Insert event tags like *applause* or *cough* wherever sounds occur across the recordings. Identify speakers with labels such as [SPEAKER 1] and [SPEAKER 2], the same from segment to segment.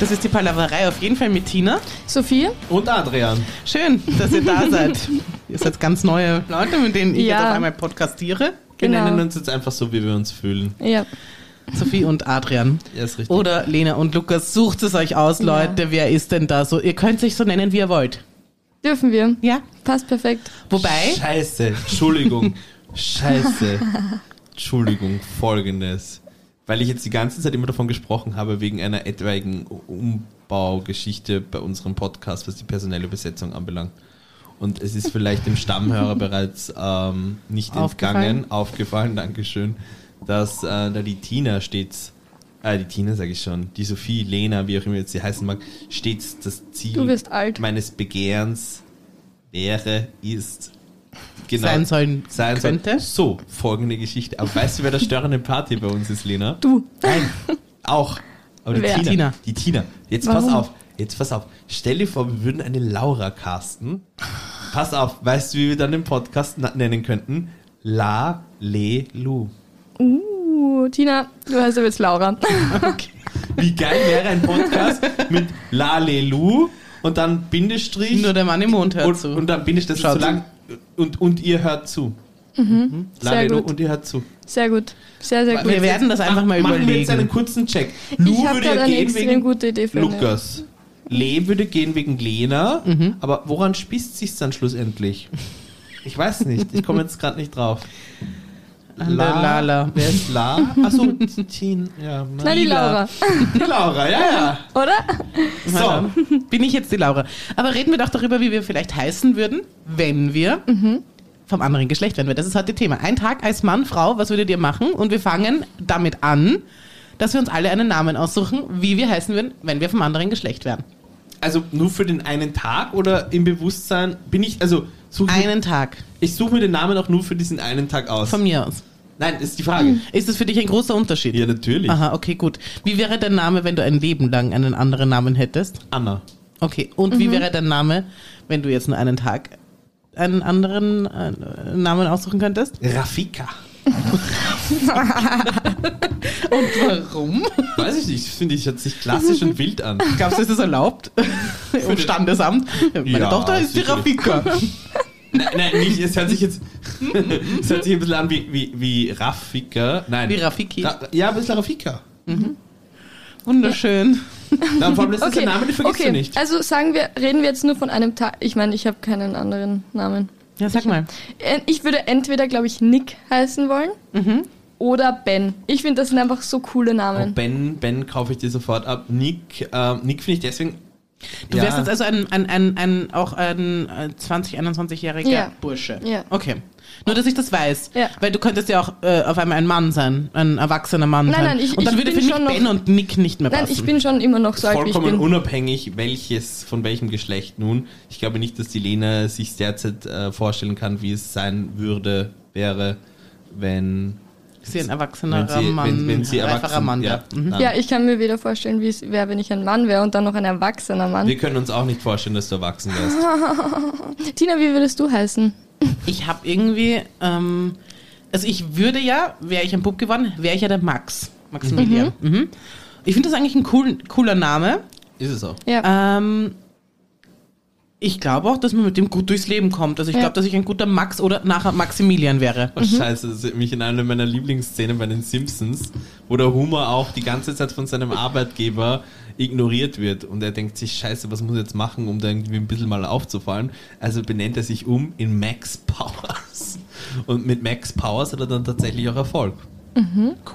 [SPEAKER 1] Das ist die Palaverei auf jeden Fall mit Tina.
[SPEAKER 2] Sophie?
[SPEAKER 3] Und Adrian.
[SPEAKER 1] Schön, dass ihr
[SPEAKER 2] *laughs*
[SPEAKER 1] da seid. ihr seid ganz neue Leute, mit denen ich
[SPEAKER 2] Ja.
[SPEAKER 1] jetzt auf einmal podcastiere.
[SPEAKER 3] Wir
[SPEAKER 2] Genau.
[SPEAKER 3] nennen uns jetzt einfach so, wie wir uns fühlen.
[SPEAKER 2] Ja.
[SPEAKER 1] Sophie und Adrian.
[SPEAKER 3] Ja, ist richtig.
[SPEAKER 1] Oder Lena und Lukas, sucht es euch aus,
[SPEAKER 2] Ja.
[SPEAKER 1] Leute. Wer ist denn da so? Ihr könnt sich so nennen, wie ihr wollt.
[SPEAKER 2] Dürfen wir.
[SPEAKER 1] Ja.
[SPEAKER 2] Passt perfekt.
[SPEAKER 1] Wobei,
[SPEAKER 3] Scheiße, Entschuldigung. Scheiße. Entschuldigung, folgendes. Weil ich jetzt die ganze Zeit immer davon gesprochen habe, wegen einer etwaigen Umbaugeschichte bei unserem Podcast, was die personelle Besetzung anbelangt. Und es ist vielleicht dem Stammhörer bereits ähm, nicht
[SPEAKER 1] Aufgefallen.
[SPEAKER 3] entgangen, aufgefallen, Dankeschön, dass äh, da die Tina stets, äh, die Tina sage ich schon, die Sophie, Lena, wie auch immer jetzt sie heißen mag, stets das Ziel
[SPEAKER 2] Du wirst alt.
[SPEAKER 3] meines Begehrens wäre, ist, genau,
[SPEAKER 1] sein sollen
[SPEAKER 3] sein soll.
[SPEAKER 1] könnte.
[SPEAKER 3] So, folgende Geschichte. Aber weißt du, wer der störende Party bei uns ist, Lena?
[SPEAKER 2] Du.
[SPEAKER 3] Nein, auch. Aber die
[SPEAKER 2] Wer?
[SPEAKER 3] Tina.
[SPEAKER 1] Tina.
[SPEAKER 3] Die Tina. Jetzt
[SPEAKER 2] Warum?
[SPEAKER 3] pass auf. Jetzt pass auf. Stell dir vor, wir würden eine Laura casten. Pass auf. Weißt du, wie wir dann den Podcast na- nennen könnten? La, Le, Lu.
[SPEAKER 2] Uh, Tina, du heißt aber jetzt Laura.
[SPEAKER 3] Wie geil wäre ein Podcast mit La, Le, Lu und dann Bindestrich
[SPEAKER 1] Nur der Mann im Mond hört
[SPEAKER 3] und,
[SPEAKER 1] zu.
[SPEAKER 3] und dann Bindestrich das
[SPEAKER 1] Schaut
[SPEAKER 3] ist so lang und, und ihr hört zu. Mhm. La,
[SPEAKER 2] Sehr
[SPEAKER 3] Le, Lu
[SPEAKER 2] gut.
[SPEAKER 3] und ihr hört zu.
[SPEAKER 2] Sehr gut. Sehr, sehr gut.
[SPEAKER 1] Wir werden das einfach mal
[SPEAKER 3] Machen wir jetzt einen
[SPEAKER 1] überlegen.
[SPEAKER 3] kurzen Check.
[SPEAKER 2] ich
[SPEAKER 3] Lu
[SPEAKER 2] habe
[SPEAKER 3] würde
[SPEAKER 2] gerade
[SPEAKER 3] ja
[SPEAKER 2] eine
[SPEAKER 3] gehen
[SPEAKER 2] extrem
[SPEAKER 3] wegen
[SPEAKER 2] gute Idee für eine.
[SPEAKER 3] Lukas. Le würde gehen wegen Lena,
[SPEAKER 1] Mhm.
[SPEAKER 3] aber woran spießt sich's dann schlussendlich? Ich weiß nicht, ich komme jetzt gerade nicht drauf.
[SPEAKER 1] An der Lala.
[SPEAKER 3] Wer ist La? Achso, Tin.
[SPEAKER 1] *laughs*
[SPEAKER 3] Ja,
[SPEAKER 2] Na, die
[SPEAKER 1] Lila.
[SPEAKER 2] Laura.
[SPEAKER 3] Die Laura,
[SPEAKER 1] *laughs*
[SPEAKER 3] ja, ja.
[SPEAKER 2] Oder?
[SPEAKER 3] So,
[SPEAKER 1] Bin ich jetzt die Laura. Aber reden wir doch darüber, wie wir vielleicht heißen würden, wenn wir vom anderen Geschlecht wären. Weil Das ist heute Thema. Ein Tag als Mann, Frau, was würdet ihr machen? Und wir fangen damit an, dass wir uns alle einen Namen aussuchen, wie wir heißen würden, wenn wir vom anderen Geschlecht wären.
[SPEAKER 3] also nur für den einen Tag oder im Bewusstsein bin ich, also such ich-
[SPEAKER 1] Einen Tag.
[SPEAKER 3] ich suche mir den Namen auch nur für diesen einen Tag aus.
[SPEAKER 1] Von mir aus.
[SPEAKER 3] Nein, ist die Frage.
[SPEAKER 1] Ist es für dich ein großer Unterschied?
[SPEAKER 3] Ja, natürlich.
[SPEAKER 1] Hm. Aha, okay, gut. Wie wäre dein Name, wenn du ein Leben lang einen anderen Namen hättest?
[SPEAKER 3] Anna.
[SPEAKER 1] Okay. Und wie wäre dein Name, wenn du jetzt nur einen Tag einen anderen äh, Namen aussuchen könntest?
[SPEAKER 3] Rafika.
[SPEAKER 1] Und warum?
[SPEAKER 3] Weiß ich nicht, finde ich, hört sich klassisch und
[SPEAKER 1] *laughs*
[SPEAKER 3] wild an.
[SPEAKER 1] Glaubst du, ist das erlaubt? *laughs* Im
[SPEAKER 3] den-
[SPEAKER 1] Standesamt? Meine
[SPEAKER 3] Ja,
[SPEAKER 1] Tochter ist die
[SPEAKER 3] sicherlich.
[SPEAKER 1] Rafika.
[SPEAKER 3] Nein, nein, nicht. Es hört sich jetzt. *laughs* es hört sich ein bisschen an wie, wie, wie Rafika. Nein.
[SPEAKER 1] Wie Rafiki.
[SPEAKER 3] Ra ja, ein bisschen Rafika.
[SPEAKER 1] Wunderschön.
[SPEAKER 3] Na, vor allem, das ist
[SPEAKER 2] Okay.
[SPEAKER 3] der Name, den vergisst
[SPEAKER 2] okay.
[SPEAKER 3] du nicht.
[SPEAKER 2] Also sagen wir, reden wir jetzt nur von einem Tag. Ich meine, ich habe keinen anderen Namen.
[SPEAKER 1] Ja, sag mal.
[SPEAKER 2] Äh, Ich würde entweder, glaube ich, Nick heißen wollen
[SPEAKER 3] Mhm.
[SPEAKER 2] oder Ben. Ich finde, das sind einfach so coole
[SPEAKER 3] Oh,
[SPEAKER 2] Namen.
[SPEAKER 3] ben, Ben kaufe ich dir sofort ab. Nick, ähm, Nick finde ich deswegen.
[SPEAKER 1] Du
[SPEAKER 3] Ja.
[SPEAKER 1] wärst jetzt also ein, ein, ein, ein, auch ein äh, 20-, 21-jähriger
[SPEAKER 2] Ja.
[SPEAKER 1] Bursche.
[SPEAKER 2] Ja.
[SPEAKER 1] Okay. Nur, dass ich das weiß.
[SPEAKER 2] Ja.
[SPEAKER 1] Weil du könntest ja auch äh, auf einmal ein Mann sein, ein erwachsener Mann
[SPEAKER 2] Nein,
[SPEAKER 1] sein.
[SPEAKER 2] nein, ich-
[SPEAKER 1] und dann
[SPEAKER 2] ich
[SPEAKER 1] würde
[SPEAKER 2] bin
[SPEAKER 1] für mich
[SPEAKER 2] schon noch-
[SPEAKER 1] Ben und Nick nicht mehr
[SPEAKER 2] Nein,
[SPEAKER 1] passen.
[SPEAKER 2] ich bin schon immer noch so alt, wie ich
[SPEAKER 3] vollkommen
[SPEAKER 2] bin.
[SPEAKER 3] unabhängig, welches, von welchem Geschlecht nun. Ich glaube nicht, dass die Lena sich derzeit äh, vorstellen kann, wie es sein würde, wäre, wenn.
[SPEAKER 1] sie ein
[SPEAKER 3] Wenn
[SPEAKER 1] erwachsenerer
[SPEAKER 3] sie,
[SPEAKER 1] Mann,
[SPEAKER 3] wenn, wenn sie
[SPEAKER 1] reiferer
[SPEAKER 3] erwachsen
[SPEAKER 1] Mann.
[SPEAKER 3] ja.
[SPEAKER 1] Mhm.
[SPEAKER 3] Nein.
[SPEAKER 2] Ja, ich kann mir weder vorstellen, wie es wäre, wenn ich ein Mann wäre und dann noch ein erwachsener Mann.
[SPEAKER 3] Wir können uns auch nicht vorstellen, dass du erwachsen wärst.
[SPEAKER 1] *laughs*
[SPEAKER 2] Tina, wie würdest du heißen?
[SPEAKER 1] Ich habe irgendwie, ähm, also ich würde ja, wäre ich ein Bub geworden, wäre ich ja der Max. Maximilian. Mhm. Ich finde das eigentlich ein cool, cooler Name.
[SPEAKER 3] Ist es auch.
[SPEAKER 2] Ja.
[SPEAKER 1] Ähm, ich glaube auch, dass man mit dem gut durchs Leben kommt. Also ich
[SPEAKER 2] Ja.
[SPEAKER 1] glaube, dass ich ein guter Max oder nachher Maximilian wäre.
[SPEAKER 3] Oh, Scheiße, das erinnert mich in einer meiner Lieblingsszenen bei den Simpsons, wo der Homer auch die ganze Zeit von seinem Arbeitgeber ignoriert wird und er denkt sich, Scheiße, was muss ich jetzt machen, um da irgendwie ein bisschen mal aufzufallen? Also benennt er sich um in Max Powers. Und mit Max Powers hat er dann tatsächlich auch Erfolg.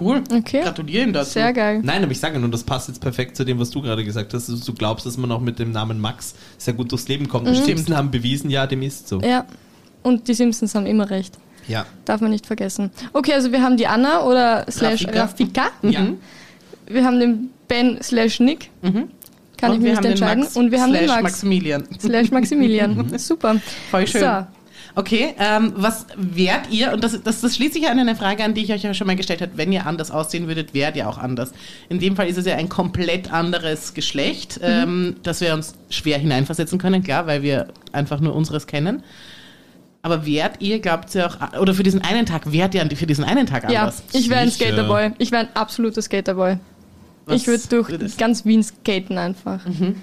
[SPEAKER 1] Cool.
[SPEAKER 2] Okay.
[SPEAKER 1] Gratuliere ihm dazu.
[SPEAKER 2] Sehr geil.
[SPEAKER 3] Nein, aber ich sage nur, das passt jetzt perfekt zu dem, was du gerade gesagt hast. dass Du glaubst, dass man auch mit dem Namen Max sehr gut durchs Leben kommt. Und Die Simpsons haben bewiesen, ja, dem ist so.
[SPEAKER 2] Ja. Und die Simpsons haben immer recht.
[SPEAKER 3] Ja.
[SPEAKER 2] Darf man nicht vergessen. Okay, also wir haben die Anna oder slash
[SPEAKER 1] Rafika.
[SPEAKER 2] Rafika. Mhm.
[SPEAKER 3] Ja.
[SPEAKER 2] Wir haben den Ben slash Nick. Kann
[SPEAKER 1] Mhm. Und
[SPEAKER 2] ich mich
[SPEAKER 1] wir
[SPEAKER 2] nicht
[SPEAKER 1] haben den
[SPEAKER 2] entscheiden.
[SPEAKER 1] Max
[SPEAKER 2] Und wir haben den
[SPEAKER 1] slash
[SPEAKER 2] Max
[SPEAKER 1] Maximilian. *laughs*
[SPEAKER 2] slash Maximilian. Super.
[SPEAKER 1] Voll schön.
[SPEAKER 2] So.
[SPEAKER 1] Okay, ähm, was wärt ihr, und das, das, das schließt sich ja an eine Frage an, die ich euch ja schon mal gestellt habe, wenn ihr anders aussehen würdet, wärt ihr auch anders. In dem Fall ist es ja ein komplett anderes Geschlecht,
[SPEAKER 2] Mhm.
[SPEAKER 1] ähm, dass wir uns schwer hineinversetzen können, klar, weil wir einfach nur unseres kennen. Aber wärt ihr, glaubt ihr auch, oder für diesen einen Tag, wärt ihr an- für diesen einen Tag
[SPEAKER 2] Ja,
[SPEAKER 1] anders?
[SPEAKER 2] ich wäre ein
[SPEAKER 3] Sicher.
[SPEAKER 2] Skaterboy. Ich wäre ein absoluter Skaterboy.
[SPEAKER 1] Was
[SPEAKER 2] ich würde durch
[SPEAKER 1] würdest-
[SPEAKER 2] ganz Wien skaten einfach.
[SPEAKER 3] Mhm.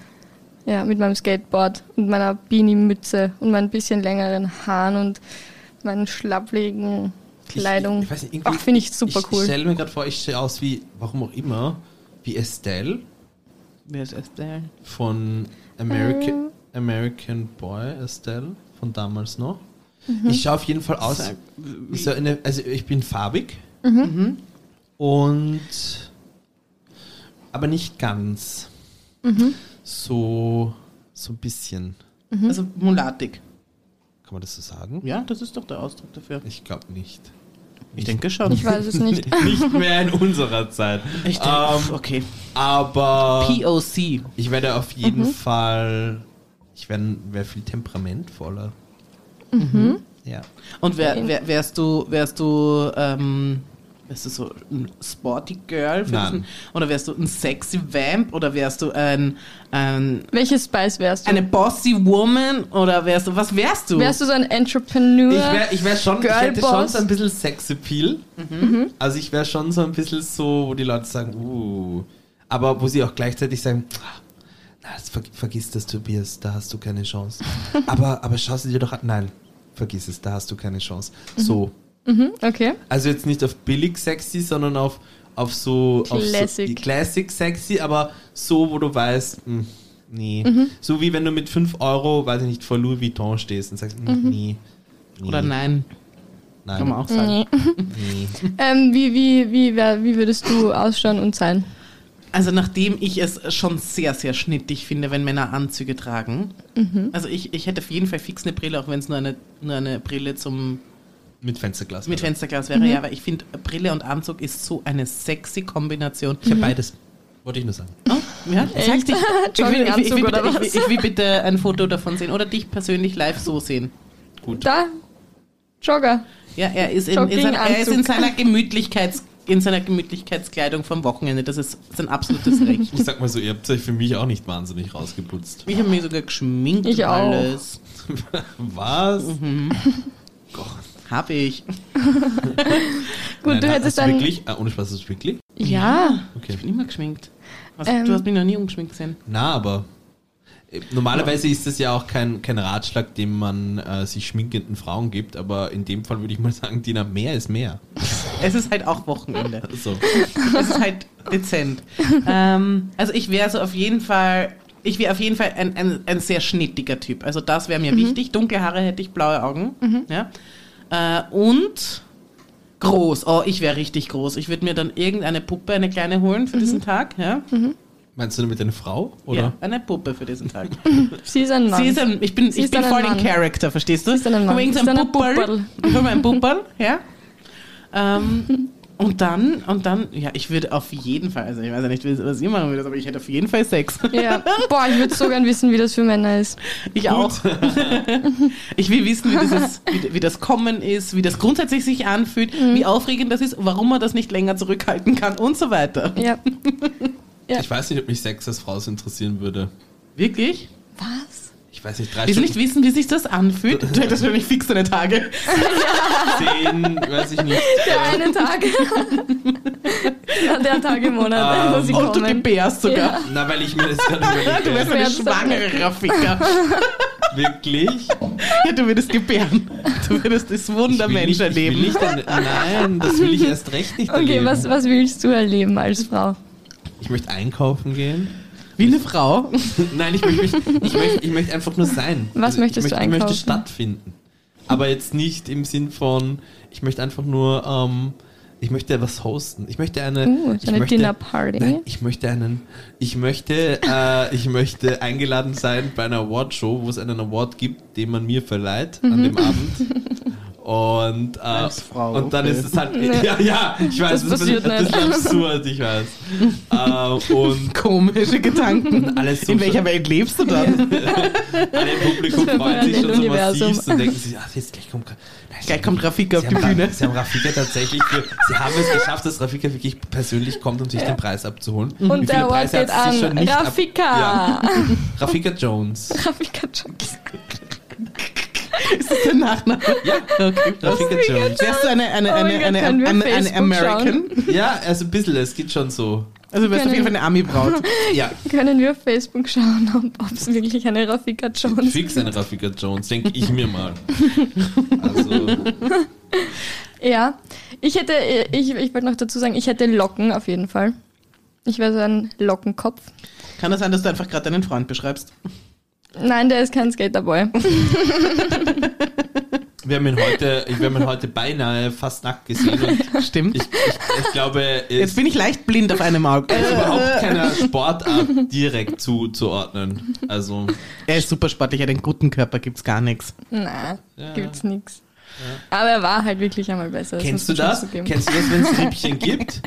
[SPEAKER 2] Ja, mit meinem Skateboard und meiner Beanie-Mütze und meinen bisschen längeren Haaren und meinen schlappligen Kleidung.
[SPEAKER 3] Ich, ich weiß nicht, irgendwie-
[SPEAKER 2] Ach, finde ich super
[SPEAKER 3] Ich
[SPEAKER 2] cool.
[SPEAKER 3] stelle mir gerade vor, ich sehe aus wie, warum auch immer, wie Estelle
[SPEAKER 1] Wer ist Estelle?
[SPEAKER 3] von
[SPEAKER 2] Mhm.
[SPEAKER 3] American, American Boy, Estelle von damals noch.
[SPEAKER 2] Mhm.
[SPEAKER 3] Ich schaue auf jeden Fall aus.
[SPEAKER 1] Sag,
[SPEAKER 3] Ich so eine, also ich bin farbig
[SPEAKER 2] Mhm.
[SPEAKER 1] Mhm.
[SPEAKER 3] und aber nicht ganz.
[SPEAKER 2] Mhm.
[SPEAKER 3] So, so ein bisschen.
[SPEAKER 1] Also mulatig.
[SPEAKER 3] Kann man das so sagen?
[SPEAKER 1] Ja, das ist doch der Ausdruck dafür.
[SPEAKER 3] Ich glaube nicht.
[SPEAKER 1] Ich denke schon.
[SPEAKER 2] Ich weiß es nicht.
[SPEAKER 3] *laughs* Nicht mehr in unserer Zeit.
[SPEAKER 1] Ich denke,
[SPEAKER 3] Ähm,
[SPEAKER 1] okay. äh,
[SPEAKER 3] aber
[SPEAKER 1] POC.
[SPEAKER 3] ich werde auf jeden Fall, ich werde wär viel temperamentvoller. Ja.
[SPEAKER 1] Und wär, wär, wärst du, wärst du, ähm, wärst du so ein sporty Girl? Für
[SPEAKER 3] Nein.
[SPEAKER 1] diesen- Oder wärst du ein sexy Vamp? Oder wärst du ein, ein
[SPEAKER 2] Welches Spice wärst du?
[SPEAKER 1] eine bossy Woman? Oder wärst du, was wärst du?
[SPEAKER 2] wärst du so ein Entrepreneur?
[SPEAKER 3] Ich wäre ich wär schon, ich
[SPEAKER 2] Girl
[SPEAKER 3] hätte schon
[SPEAKER 2] Boss.
[SPEAKER 3] so ein bisschen Sexappeal. Also ich wäre schon so ein bisschen so, wo die Leute sagen, uh. Aber wo sie auch gleichzeitig sagen, "Ah, na, das, ver- vergiss das, Tobias, da hast du keine Chance. aber, aber schau sie dir doch an. Nein, vergiss es, da hast du keine Chance. So.
[SPEAKER 2] Mhm, okay.
[SPEAKER 3] Also jetzt nicht auf billig sexy, sondern auf, auf so auf so,
[SPEAKER 2] Classic.
[SPEAKER 3] Classic sexy, aber so, wo du weißt, mh, nee. So wie wenn du mit 5 Euro, weiß ich nicht, vor Louis Vuitton stehst und sagst, mh, nee. nee,
[SPEAKER 1] Oder nein,
[SPEAKER 3] nein,
[SPEAKER 1] kann man auch sagen.
[SPEAKER 3] Nee.
[SPEAKER 2] Ähm, wie, wie, wie, wär, wie würdest du ausschauen und sein?
[SPEAKER 1] Also nachdem ich es schon sehr, sehr schnittig finde, wenn Männer Anzüge tragen. Also ich, ich hätte auf jeden Fall fix eine Brille, auch wenn es nur eine, nur eine Brille zum also
[SPEAKER 3] Mit Fensterglas.
[SPEAKER 1] mit
[SPEAKER 3] leider.
[SPEAKER 1] Fensterglas wäre, ja, aber ich finde, Brille und Anzug ist so eine sexy Kombination.
[SPEAKER 3] Ich habe beides. Wollte ich nur sagen.
[SPEAKER 1] Oh, Ja, sag
[SPEAKER 2] Echt? *laughs*
[SPEAKER 1] dich. Ich will, ich, will- ich, will
[SPEAKER 2] Jogginganzug oder
[SPEAKER 1] bitte, ich,
[SPEAKER 2] was?
[SPEAKER 1] will, ich will bitte ein Foto davon sehen oder dich persönlich live so sehen.
[SPEAKER 2] Da, Jogger.
[SPEAKER 1] Ja, er ist in, in, sein, er ist in
[SPEAKER 2] Jogginganzug.
[SPEAKER 1] seiner Gemütlichkeits in seiner Gemütlichkeitskleidung vom Wochenende. Das ist sein absolutes
[SPEAKER 2] *laughs*
[SPEAKER 1] Recht.
[SPEAKER 3] Ich sag mal so, ihr habt euch für mich auch nicht wahnsinnig rausgeputzt.
[SPEAKER 1] Ich habe mich sogar geschminkt
[SPEAKER 2] Ich
[SPEAKER 1] und
[SPEAKER 2] auch.
[SPEAKER 1] alles.
[SPEAKER 3] *laughs* Was?
[SPEAKER 1] Hab ich.
[SPEAKER 2] Gut,
[SPEAKER 3] Nein,
[SPEAKER 2] du
[SPEAKER 3] hast
[SPEAKER 2] hättest dann.
[SPEAKER 3] Wirklich? Ah, ohne Spaß, hast du wirklich?
[SPEAKER 2] Ja.
[SPEAKER 3] Okay.
[SPEAKER 1] Ich bin immer geschminkt. Was,
[SPEAKER 2] Ähm.
[SPEAKER 1] Du hast mich noch nie ungeschminkt gesehen.
[SPEAKER 3] Na, aber äh, normalerweise ist das ja auch kein, kein Ratschlag, den man äh, sich schminkenden Frauen gibt, aber in dem Fall würde ich mal *laughs* sagen, Dina, mehr ist mehr. Also,
[SPEAKER 1] Es ist halt auch Wochenende.
[SPEAKER 3] So.
[SPEAKER 1] Das ist halt dezent. ähm, also ich wäre so auf jeden Fall, ich wäre auf jeden Fall ein, ein, ein sehr schnittiger Typ. Also das wäre mir wichtig. Dunkle Haare hätte ich, blaue Augen. Ja. Äh, und groß. Oh, ich wäre richtig groß. Ich würde mir dann irgendeine Puppe, eine kleine holen für diesen Tag. Ja?
[SPEAKER 3] Meinst du damit eine Frau?
[SPEAKER 1] ja,
[SPEAKER 3] Oder?
[SPEAKER 1] eine Puppe für diesen Tag.
[SPEAKER 2] Sie ist ein Mann.
[SPEAKER 1] Sie ist ein, ich bin,
[SPEAKER 2] Sie
[SPEAKER 1] ich
[SPEAKER 2] ist
[SPEAKER 1] bin
[SPEAKER 2] dann
[SPEAKER 1] voll
[SPEAKER 2] ein
[SPEAKER 1] den
[SPEAKER 2] Mann.
[SPEAKER 1] Charakter, verstehst du?
[SPEAKER 2] Sie ist dann ein Mann.
[SPEAKER 1] Hol mir
[SPEAKER 2] Sie ist dann
[SPEAKER 1] irgendein
[SPEAKER 2] ein
[SPEAKER 1] Bubberl.
[SPEAKER 2] Bubberl.
[SPEAKER 1] Ich hol mir ein
[SPEAKER 2] *laughs*
[SPEAKER 1] Bubberl, ja. Ähm, und dann, und dann, ja, ich würde auf jeden Fall, also ich weiß ja nicht, was ihr machen würdet, aber ich hätte auf jeden Fall
[SPEAKER 2] *laughs*
[SPEAKER 1] Sex.
[SPEAKER 2] Ja. Boah, ich würde so gern wissen, wie das für Männer ist.
[SPEAKER 1] Ich auch. *laughs* ich will wissen, wie, dieses, wie, wie das Kommen ist, wie das grundsätzlich sich anfühlt,
[SPEAKER 2] Mhm.
[SPEAKER 1] wie aufregend das ist, warum man das nicht länger zurückhalten kann und so weiter.
[SPEAKER 2] Ja. Ja.
[SPEAKER 3] Ich weiß nicht, ob mich Sex als Frau so interessieren würde.
[SPEAKER 1] Wirklich?
[SPEAKER 2] Was?
[SPEAKER 3] Ich weiß nicht, drei
[SPEAKER 1] Willst du nicht
[SPEAKER 3] Stunden
[SPEAKER 1] wissen, wie sich das anfühlt? Du hättest nämlich fix deine Tage.
[SPEAKER 3] zehn, weiß ich
[SPEAKER 2] *laughs*
[SPEAKER 3] nicht.
[SPEAKER 2] Der eine Tag. ja, der Tag im Monat,
[SPEAKER 3] Ähm,
[SPEAKER 2] wo sie
[SPEAKER 1] Und du
[SPEAKER 2] kommen.
[SPEAKER 1] gebärst sogar.
[SPEAKER 3] Na, weil ich mir
[SPEAKER 2] *laughs*
[SPEAKER 3] das gerade überlegt
[SPEAKER 1] Du wärst
[SPEAKER 3] habe.
[SPEAKER 1] eine
[SPEAKER 2] Schmerzhaft.
[SPEAKER 1] schwangere
[SPEAKER 2] *laughs*
[SPEAKER 1] Ficker.
[SPEAKER 3] Wirklich?
[SPEAKER 1] Ja, *laughs* du würdest gebären. Du würdest das Wunder
[SPEAKER 2] *laughs*
[SPEAKER 1] Mensch
[SPEAKER 3] ich will
[SPEAKER 1] erleben.
[SPEAKER 3] nicht ein, nein, das will ich erst recht nicht
[SPEAKER 2] Okay,
[SPEAKER 3] erleben.
[SPEAKER 2] was, was willst du erleben als Frau?
[SPEAKER 3] Ich möchte einkaufen gehen.
[SPEAKER 1] Wie eine Frau.
[SPEAKER 3] *laughs* Nein, ich möchte, ich möchte, ich möchte einfach nur sein. Also
[SPEAKER 2] Was möchtest du
[SPEAKER 3] ich möchte, Ich möchte
[SPEAKER 2] einkaufen?
[SPEAKER 3] stattfinden. Aber jetzt nicht im Sinn von, ich möchte einfach nur, ähm, ich möchte was hosten. Ich möchte eine,
[SPEAKER 2] Uh, so
[SPEAKER 3] ich
[SPEAKER 2] eine
[SPEAKER 3] möchte,
[SPEAKER 2] Dinnerparty.
[SPEAKER 3] Nein, ich möchte einen, ich möchte, äh, ich möchte eingeladen sein bei einer Awardshow, wo es einen Award gibt, den man mir verleiht
[SPEAKER 2] Mhm.
[SPEAKER 3] an dem Abend. Und, äh,
[SPEAKER 1] Als Frau,
[SPEAKER 3] und dann
[SPEAKER 1] okay.
[SPEAKER 3] ist es halt,
[SPEAKER 2] *laughs*
[SPEAKER 3] ja, ja, ich weiß,
[SPEAKER 2] Das passiert
[SPEAKER 3] ist ein bisschen
[SPEAKER 2] nicht.
[SPEAKER 3] absurd, ich weiß.
[SPEAKER 2] *laughs*
[SPEAKER 3] äh, und
[SPEAKER 1] Komische Gedanken.
[SPEAKER 3] Alles so
[SPEAKER 1] In welcher
[SPEAKER 3] schön.
[SPEAKER 1] Welt lebst du dann?
[SPEAKER 3] Alle im Publikum
[SPEAKER 2] Das wäre
[SPEAKER 3] freuen sich schon so
[SPEAKER 2] Paralleluniversum.
[SPEAKER 3] massiv und denken sich, ach, jetzt gleich kommt, nein, sie
[SPEAKER 1] Gleich
[SPEAKER 3] haben-
[SPEAKER 1] kommt Rafika auf
[SPEAKER 3] sie
[SPEAKER 1] die
[SPEAKER 3] haben-
[SPEAKER 1] Bühne.
[SPEAKER 3] Sie haben Rafika tatsächlich, für, sie haben es geschafft, dass Rafika wirklich persönlich kommt, um sich den Preis abzuholen. Wie
[SPEAKER 2] Und
[SPEAKER 3] viele
[SPEAKER 2] der Award
[SPEAKER 3] Preise hat
[SPEAKER 2] geht
[SPEAKER 3] sie
[SPEAKER 2] an
[SPEAKER 3] schon nicht ab- Ja.
[SPEAKER 2] Rafika.
[SPEAKER 3] Rafika Jones.
[SPEAKER 2] *laughs* Rafika Jones.
[SPEAKER 1] *laughs* Ist das der Nachname? Ja. Okay.
[SPEAKER 3] Rafika Jones.
[SPEAKER 1] Wärst du eine, eine,
[SPEAKER 2] Oh mein
[SPEAKER 1] eine,
[SPEAKER 2] Gott,
[SPEAKER 1] eine,
[SPEAKER 2] können
[SPEAKER 1] eine,
[SPEAKER 2] wir
[SPEAKER 1] eine
[SPEAKER 2] Facebook
[SPEAKER 1] American?
[SPEAKER 3] Ja, also ein bisschen, es geht schon so.
[SPEAKER 1] Also du wärst auf jeden Fall eine Ami-Braut.
[SPEAKER 2] *laughs*
[SPEAKER 3] Ja,
[SPEAKER 2] Können wir auf Facebook schauen, ob es wirklich eine Rafika Jones
[SPEAKER 3] fix ein Rafika Jones, denke ich mir mal. Also,
[SPEAKER 2] Ja, ich hätte, ich, ich wollte noch dazu sagen, ich hätte Locken auf jeden Fall. Ich wäre so ein Lockenkopf.
[SPEAKER 1] Kann das sein, dass du einfach gerade deinen Freund
[SPEAKER 2] *laughs*
[SPEAKER 1] beschreibst?
[SPEAKER 2] Nein, der ist kein Skaterboy. *laughs*
[SPEAKER 3] wir haben ihn heute, ich wir haben ihn heute beinahe fast nackt gesehen und
[SPEAKER 1] Stimmt.
[SPEAKER 3] ich, ich, ich glaube, es
[SPEAKER 1] Jetzt bin ich leicht blind auf einem Auge. Äh,
[SPEAKER 3] ist überhaupt keiner Sportart direkt zuzuordnen. Also,
[SPEAKER 1] Er ist super sportlich, er hat einen guten Körper, gibt's gar nichts.
[SPEAKER 2] Na,
[SPEAKER 3] Ja.
[SPEAKER 2] gibt's nix. Aber er war halt wirklich einmal besser.
[SPEAKER 3] Kennst du
[SPEAKER 2] muss man schon
[SPEAKER 3] das?
[SPEAKER 2] zugeben.
[SPEAKER 3] Kennst du das, wenn es Rippchen gibt?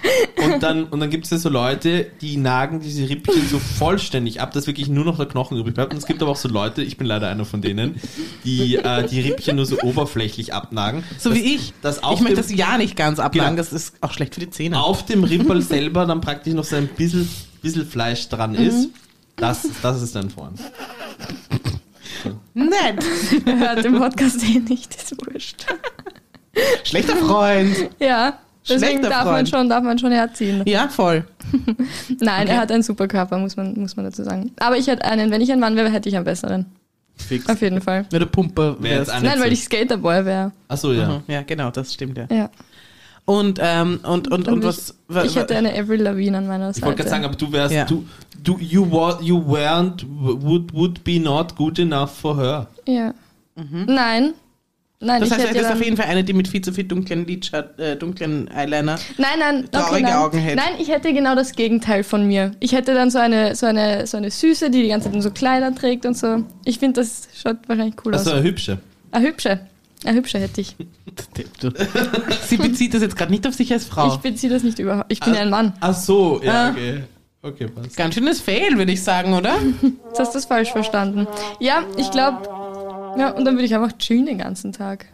[SPEAKER 3] Und dann, und dann gibt es ja so Leute, die nagen diese Rippchen so vollständig ab, dass wirklich nur noch der Knochen übrig bleibt. Und es gibt aber auch so Leute, ich bin leider einer von denen, die äh, die Rippchen nur so oberflächlich abnagen.
[SPEAKER 1] So
[SPEAKER 3] dass,
[SPEAKER 1] wie ich.
[SPEAKER 3] Dass auf,
[SPEAKER 1] Ich möchte
[SPEAKER 3] dem,
[SPEAKER 1] das ja nicht ganz ablangen,
[SPEAKER 3] Genau.
[SPEAKER 1] das ist auch schlecht für die Zähne.
[SPEAKER 3] auf dem Rippel selber dann praktisch noch so ein bisschen, bisschen Fleisch dran
[SPEAKER 1] Mhm.
[SPEAKER 3] ist. Das, das ist dann vorn.
[SPEAKER 1] Nett.
[SPEAKER 2] Er hört den Podcast eh nicht, ist wurscht.
[SPEAKER 1] Schlechter Freund.
[SPEAKER 2] Ja, deswegen
[SPEAKER 1] Schlechter
[SPEAKER 2] darf man,
[SPEAKER 1] Freund.
[SPEAKER 2] schon, darf man schon herziehen.
[SPEAKER 1] Ja, voll.
[SPEAKER 2] Nein,
[SPEAKER 1] Okay.
[SPEAKER 2] er hat einen super Körper, muss man, muss man dazu sagen. Aber ich hätte einen, wenn ich ein Mann wäre, hätte ich einen besseren.
[SPEAKER 1] Fix.
[SPEAKER 2] Auf jeden Fall.
[SPEAKER 1] Wenn du Pumper
[SPEAKER 3] Wer jetzt
[SPEAKER 1] wärst.
[SPEAKER 3] an-
[SPEAKER 2] Nein, weil
[SPEAKER 3] so.
[SPEAKER 2] ich Skaterboy wäre.
[SPEAKER 3] Achso, ja.
[SPEAKER 1] Mhm, Ja, genau, das stimmt ja.
[SPEAKER 2] Ja.
[SPEAKER 1] Und, ähm, und, und,
[SPEAKER 2] Dann
[SPEAKER 1] und
[SPEAKER 2] bin
[SPEAKER 1] was. wa-
[SPEAKER 2] Ich
[SPEAKER 1] wa-
[SPEAKER 2] hätte eine Avril Lavigne an meiner Seite.
[SPEAKER 3] Ich wollte gerade sagen, aber du wärst,
[SPEAKER 1] Ja.
[SPEAKER 3] du, du, you, wa- you weren't, would, would be not good enough for her.
[SPEAKER 2] Ja. Nein. Nein,
[SPEAKER 1] Mhm. das
[SPEAKER 2] ich
[SPEAKER 1] heißt,
[SPEAKER 2] hätte
[SPEAKER 1] er ist
[SPEAKER 2] dann-
[SPEAKER 1] auf jeden Fall eine, die mit viel zu viel dunklen Lidschat, äh, dunklen Eyeliner.
[SPEAKER 3] *laughs*
[SPEAKER 2] Nein, nein, okay,
[SPEAKER 1] traurige
[SPEAKER 2] nein.
[SPEAKER 1] Augen hätte.
[SPEAKER 2] Nein, ich hätte genau das Gegenteil von mir. Ich hätte dann so eine, so eine, so eine Süße, die die ganze Zeit nur so Kleider trägt und so. Ich finde, das schaut wahrscheinlich cool
[SPEAKER 3] Also
[SPEAKER 2] aus.
[SPEAKER 3] eine hübsche.
[SPEAKER 2] Eine hübsche. Eine hübsche hätte ich.
[SPEAKER 1] Sie bezieht das jetzt gerade nicht auf sich als Frau.
[SPEAKER 2] Ich beziehe das nicht überhaupt. Ich bin ja ein Mann.
[SPEAKER 3] Ach so, ja,
[SPEAKER 1] Ah.
[SPEAKER 3] okay. Okay, passt.
[SPEAKER 1] Ganz schönes Fail, würde ich sagen, oder?
[SPEAKER 2] Jetzt hast du das falsch verstanden. Ja, ich glaube. Ja, und dann würde ich einfach chillen den ganzen Tag.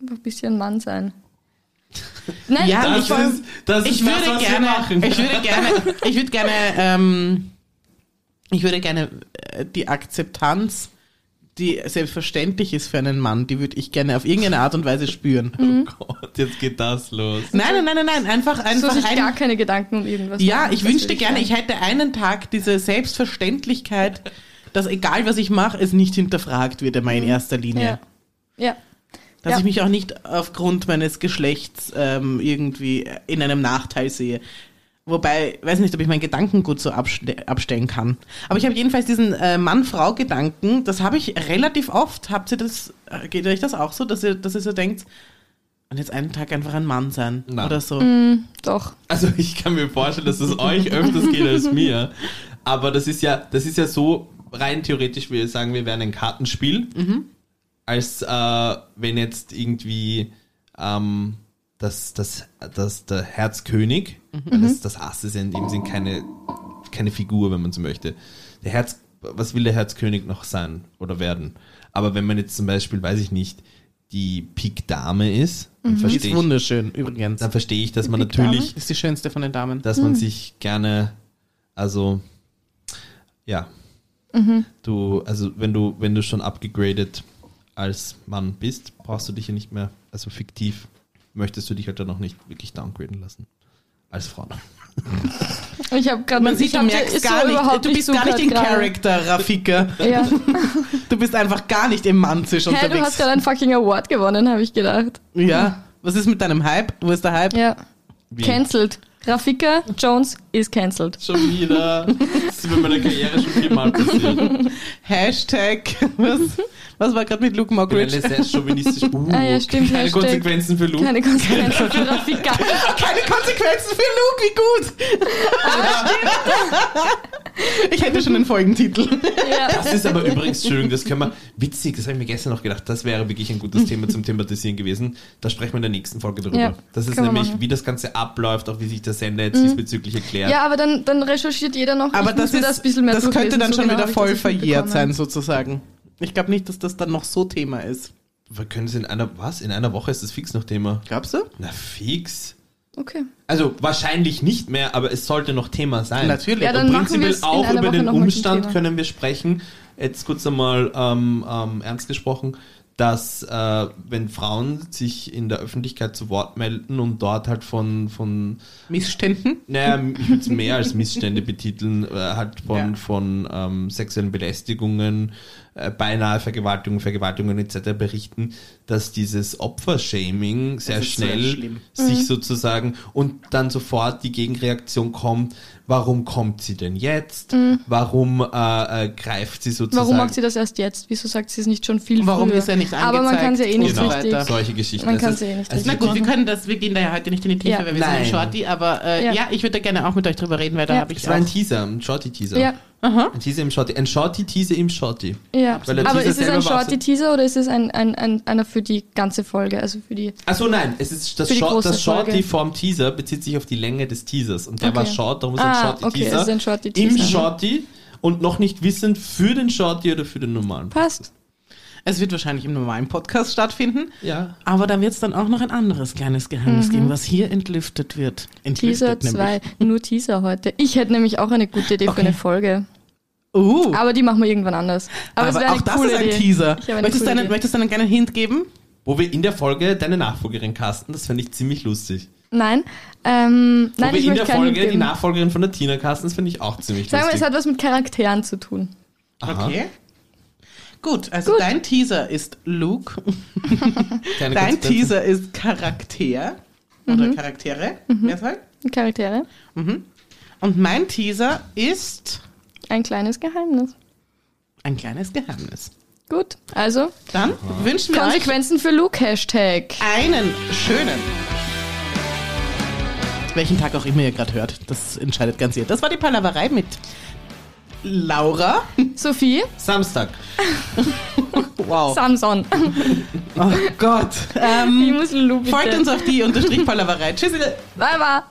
[SPEAKER 2] Einfach ein bisschen
[SPEAKER 1] *laughs*
[SPEAKER 2] Mann sein. Nein,
[SPEAKER 1] Ja, also
[SPEAKER 2] und
[SPEAKER 1] ich war-
[SPEAKER 2] vor-
[SPEAKER 3] das
[SPEAKER 1] Ich würde
[SPEAKER 3] was wir
[SPEAKER 1] gerne,
[SPEAKER 3] machen.
[SPEAKER 1] ich würde gerne, ich würde gerne, ähm, ich würde gerne äh, die Akzeptanz, die selbstverständlich ist für einen Mann, die würde ich gerne auf irgendeine Art und Weise spüren.
[SPEAKER 3] Oh Gott, jetzt geht das los.
[SPEAKER 1] Nein, nein, nein, nein, nein, einfach,
[SPEAKER 2] so
[SPEAKER 1] einfach
[SPEAKER 2] sich
[SPEAKER 1] ein-
[SPEAKER 2] gar keine Gedanken um irgendwas
[SPEAKER 1] Ja,
[SPEAKER 2] machen.
[SPEAKER 1] ich
[SPEAKER 2] Das
[SPEAKER 1] wünschte
[SPEAKER 2] würde
[SPEAKER 1] gerne,
[SPEAKER 2] gern.
[SPEAKER 1] ich hätte einen Tag diese Selbstverständlichkeit,
[SPEAKER 2] *laughs*
[SPEAKER 1] dass egal was ich mache, es nicht hinterfragt wird einmal in erster Linie.
[SPEAKER 2] Mhm. Ja. ja.
[SPEAKER 1] Dass
[SPEAKER 2] Ja.
[SPEAKER 1] ich mich auch nicht aufgrund meines Geschlechts ähm, irgendwie in einem Nachteil sehe. Wobei, weiß nicht, ob ich meinen Gedanken gut so abste abstellen kann. Aber ich habe jedenfalls diesen äh, Mann-Frau-Gedanken, das habe ich relativ oft. Habt ihr das, äh, geht euch das auch so, dass ihr, dass ihr so denkt, und jetzt einen Tag einfach ein Mann sein
[SPEAKER 3] Nein.
[SPEAKER 1] oder so?
[SPEAKER 2] Mhm. Doch.
[SPEAKER 3] Also ich kann mir vorstellen, dass es euch öfters geht als mir. Aber das ist ja, das ist ja so rein theoretisch, wir sagen, wir wären ein Kartenspiel, als äh, wenn jetzt irgendwie ähm, das, das, das, der Herzkönig, weil das, das Ass ist ja in dem Sinn keine, keine Figur, wenn man so möchte. Der Herz, was will der Herzkönig noch sein oder werden? Aber wenn man jetzt zum Beispiel, weiß ich nicht, die Pik Dame ist, dann
[SPEAKER 1] Die ist
[SPEAKER 3] verstehe ich,
[SPEAKER 1] wunderschön übrigens.
[SPEAKER 3] dann verstehe ich, dass man
[SPEAKER 2] Pik Dame?
[SPEAKER 3] natürlich
[SPEAKER 1] Ist die schönste von den Damen.
[SPEAKER 3] dass
[SPEAKER 2] Hm.
[SPEAKER 3] man sich gerne, also ja,
[SPEAKER 2] Mhm.
[SPEAKER 3] du, also wenn du, wenn du schon abgegradet als Mann bist, brauchst du dich ja nicht mehr, also fiktiv möchtest du dich halt dann noch nicht wirklich downgraden lassen. Als Frau.
[SPEAKER 2] Ich habe gerade
[SPEAKER 1] Man sieht,
[SPEAKER 2] ich
[SPEAKER 1] du
[SPEAKER 2] hab-
[SPEAKER 1] merkst
[SPEAKER 2] ist so
[SPEAKER 1] gar nicht,
[SPEAKER 2] überhaupt
[SPEAKER 1] du bist
[SPEAKER 2] so
[SPEAKER 1] gar nicht
[SPEAKER 2] grad
[SPEAKER 1] im
[SPEAKER 2] gerade.
[SPEAKER 1] Charakter, Rafika. *laughs*
[SPEAKER 2] Ja.
[SPEAKER 1] Du bist einfach gar nicht im Manzisch
[SPEAKER 2] Hä, du hast
[SPEAKER 1] unterwegs.
[SPEAKER 2] gerade einen fucking Award gewonnen, habe ich gedacht.
[SPEAKER 1] Ja. Was ist mit deinem Hype? Wo ist der Hype?
[SPEAKER 2] Ja.
[SPEAKER 3] Wie?
[SPEAKER 2] Cancelled. Rafika Jones ist cancelled.
[SPEAKER 3] *laughs* Schon wieder. Das ist mit meiner Karriere schon
[SPEAKER 2] *laughs*
[SPEAKER 3] viermal passiert.
[SPEAKER 1] Hashtag. *laughs* Was, was war gerade mit Luke
[SPEAKER 3] Ich bin eine
[SPEAKER 1] Mockridge?
[SPEAKER 3] sehr chauvinistisch. Uh,
[SPEAKER 2] Ah ja, stimmt,
[SPEAKER 3] Keine
[SPEAKER 2] Hashtag.
[SPEAKER 3] Konsequenzen für Luke.
[SPEAKER 2] Keine
[SPEAKER 1] *laughs*
[SPEAKER 2] Konsequenzen für Rafika.
[SPEAKER 1] *laughs* Keine Konsequenzen für Luke, wie
[SPEAKER 2] Ah,
[SPEAKER 1] gut! ich hätte schon einen Folgentitel.
[SPEAKER 2] Ja.
[SPEAKER 3] Das ist aber übrigens, Entschuldigung, das können wir, witzig, das habe ich mir gestern noch gedacht, das wäre wirklich ein gutes Thema zum Thematisieren gewesen. Da sprechen wir in der nächsten Folge drüber.
[SPEAKER 2] Ja,
[SPEAKER 3] das ist
[SPEAKER 2] können wir
[SPEAKER 3] nämlich,
[SPEAKER 2] machen. Mhm.
[SPEAKER 3] wie das Ganze abläuft, auch wie sich der Sender jetzt diesbezüglich erklärt.
[SPEAKER 2] ja, aber dann, dann recherchiert jeder noch.
[SPEAKER 1] Aber
[SPEAKER 2] ich
[SPEAKER 1] das,
[SPEAKER 2] muss mir
[SPEAKER 1] ist,
[SPEAKER 2] das, bisschen mehr
[SPEAKER 1] das könnte
[SPEAKER 2] durchlesen,
[SPEAKER 1] dann
[SPEAKER 2] so
[SPEAKER 1] schon
[SPEAKER 2] genau
[SPEAKER 1] wieder
[SPEAKER 2] hab ich
[SPEAKER 1] voll
[SPEAKER 2] das nicht
[SPEAKER 1] verjährt
[SPEAKER 2] mitbekommen.
[SPEAKER 1] sein, sozusagen. Ich glaube nicht, dass das dann noch so Thema ist.
[SPEAKER 3] Wir können es in einer, was? In einer Woche ist das fix noch Thema.
[SPEAKER 1] Glaubst du?
[SPEAKER 3] Na, fix.
[SPEAKER 2] Okay.
[SPEAKER 3] Also wahrscheinlich nicht mehr, aber es sollte noch Thema sein.
[SPEAKER 1] Natürlich.
[SPEAKER 2] Ja, dann-
[SPEAKER 3] Und
[SPEAKER 2] machen
[SPEAKER 3] prinzipiell
[SPEAKER 2] wir's in
[SPEAKER 3] auch
[SPEAKER 2] einer
[SPEAKER 3] über
[SPEAKER 2] Woche
[SPEAKER 3] den
[SPEAKER 2] noch mal zum
[SPEAKER 3] Umstand
[SPEAKER 2] Thema.
[SPEAKER 3] können wir sprechen. Jetzt kurz einmal ähm, ähm, ernst gesprochen, dass äh, wenn Frauen sich in der Öffentlichkeit zu Wort melden und dort halt von, von
[SPEAKER 1] Missständen.
[SPEAKER 3] naja, ich würde es mehr als Missstände betiteln, äh, halt von,
[SPEAKER 1] Ja.
[SPEAKER 3] von ähm, sexuellen Belästigungen, äh, beinahe Vergewaltigungen, Vergewaltigungen etc. berichten, dass dieses Opfershaming sehr
[SPEAKER 1] ist sehr
[SPEAKER 3] schnell
[SPEAKER 1] schlimm.
[SPEAKER 3] sich
[SPEAKER 2] Mhm.
[SPEAKER 3] sozusagen und dann sofort die Gegenreaktion kommt, warum kommt sie denn jetzt? Warum äh, äh, greift sie sozusagen?
[SPEAKER 2] Mhm. Warum macht sie das erst jetzt? Wieso sagt sie es nicht schon viel
[SPEAKER 1] Warum
[SPEAKER 2] früher?
[SPEAKER 1] ist er nicht
[SPEAKER 2] Aber man
[SPEAKER 1] angezeigt
[SPEAKER 2] kann es ja eh
[SPEAKER 1] und
[SPEAKER 2] nicht
[SPEAKER 1] so
[SPEAKER 2] richtig.
[SPEAKER 1] weiter?
[SPEAKER 3] solche Geschichten.
[SPEAKER 2] Man
[SPEAKER 3] Es ist-
[SPEAKER 2] kann's eh nicht
[SPEAKER 3] also
[SPEAKER 1] Na
[SPEAKER 2] richtig.
[SPEAKER 1] gut, wir können das, wir gehen da ja heute nicht in die Tiefe,
[SPEAKER 2] Ja.
[SPEAKER 1] weil wir
[SPEAKER 3] Nein.
[SPEAKER 1] sind im Shorty, aber äh, ja.
[SPEAKER 2] Ja.
[SPEAKER 1] ich würde da gerne auch mit euch drüber reden, weil da
[SPEAKER 2] Ja.
[SPEAKER 1] habe ich
[SPEAKER 3] Es war ein
[SPEAKER 1] auch.
[SPEAKER 3] Teaser, ein Shorty-Teaser.
[SPEAKER 2] Ja.
[SPEAKER 3] Ein Teaser im Shorty. Ein Shorty-Teaser im Shorty.
[SPEAKER 2] Ja,
[SPEAKER 3] Weil der
[SPEAKER 2] aber
[SPEAKER 3] Teaser
[SPEAKER 2] ist es ein
[SPEAKER 3] selber war auch so-
[SPEAKER 2] Shorty-Teaser oder ist es ein, ein, ein, einer für die ganze Folge? Also für die.
[SPEAKER 3] Achso, nein, es ist das,
[SPEAKER 2] Für die
[SPEAKER 3] Short,
[SPEAKER 2] große
[SPEAKER 3] das Shorty
[SPEAKER 2] Folge.
[SPEAKER 3] vom Teaser bezieht sich auf die Länge des Teasers. Und der
[SPEAKER 2] Okay.
[SPEAKER 3] war short, darum ist
[SPEAKER 2] Ah,
[SPEAKER 3] ein
[SPEAKER 2] okay,
[SPEAKER 3] Shorty-Teaser.
[SPEAKER 2] es ist ein Shorty-Teaser.
[SPEAKER 3] Im
[SPEAKER 2] Mhm.
[SPEAKER 3] Shorty und noch nicht wissend für den Shorty oder für den normalen.
[SPEAKER 2] Passt.
[SPEAKER 1] Es wird wahrscheinlich im normalen Podcast stattfinden.
[SPEAKER 3] Ja.
[SPEAKER 1] Aber da wird es dann auch noch ein anderes kleines Geheimnis geben, was hier entlüftet wird.
[SPEAKER 2] Mhm. Teaser
[SPEAKER 1] Entlüftet
[SPEAKER 2] 2. Nur Teaser heute. Ich hätte nämlich auch eine gute Idee
[SPEAKER 1] Okay.
[SPEAKER 2] für eine Folge.
[SPEAKER 3] Oh.
[SPEAKER 1] Uh,
[SPEAKER 2] Aber die machen wir irgendwann anders. Aber,
[SPEAKER 1] aber
[SPEAKER 2] es wäre eine
[SPEAKER 1] auch das
[SPEAKER 2] coole
[SPEAKER 1] ist ein
[SPEAKER 2] Idee.
[SPEAKER 1] Teaser.
[SPEAKER 2] Ich habe eine
[SPEAKER 1] Möchtest du
[SPEAKER 2] coole
[SPEAKER 1] einen,
[SPEAKER 2] Idee.
[SPEAKER 1] möchtest du einen kleinen Hint geben?
[SPEAKER 3] Wo wir in der Folge deine Nachfolgerin casten, das fände ich ziemlich lustig.
[SPEAKER 2] Nein. Ähm,
[SPEAKER 3] Wo
[SPEAKER 2] nein,
[SPEAKER 3] wir
[SPEAKER 2] ich
[SPEAKER 3] in
[SPEAKER 2] möchte keinen
[SPEAKER 3] der
[SPEAKER 2] Hint
[SPEAKER 3] Folge die
[SPEAKER 2] geben.
[SPEAKER 3] Nachfolgerin von der Tina casten, das finde ich auch ziemlich
[SPEAKER 2] Sagen wir,
[SPEAKER 3] lustig.
[SPEAKER 2] es hat was mit Charakteren zu tun.
[SPEAKER 3] Aha.
[SPEAKER 1] Okay. Gut, also
[SPEAKER 2] Gut.
[SPEAKER 1] dein Teaser ist Luke, dein
[SPEAKER 3] Keine Konsequenzen.
[SPEAKER 1] Teaser ist Charakter oder
[SPEAKER 2] Mhm.
[SPEAKER 1] Charaktere, mehrzahl.
[SPEAKER 2] Charaktere.
[SPEAKER 1] Und mein Teaser ist
[SPEAKER 2] Ein kleines Geheimnis.
[SPEAKER 1] ein kleines Geheimnis.
[SPEAKER 2] Gut. Also,
[SPEAKER 1] Dann wünschen wir euch
[SPEAKER 2] Konsequenzen für Luke Hashtag.
[SPEAKER 1] einen schönen. Welchen Tag auch immer ihr gerade hört, das entscheidet ganz ihr. Das war die Palaverei mit Laura.
[SPEAKER 2] Sophie,
[SPEAKER 3] Samstag.
[SPEAKER 1] Wow.
[SPEAKER 3] *laughs*
[SPEAKER 2] Samson.
[SPEAKER 3] Mhm.
[SPEAKER 1] Oh Gott.
[SPEAKER 2] Ich
[SPEAKER 1] Ähm,
[SPEAKER 2] muss Luke.
[SPEAKER 1] folgt
[SPEAKER 2] bitte.
[SPEAKER 1] uns auf die unterstrich Palaverei. Tschüss.
[SPEAKER 2] Bye bye.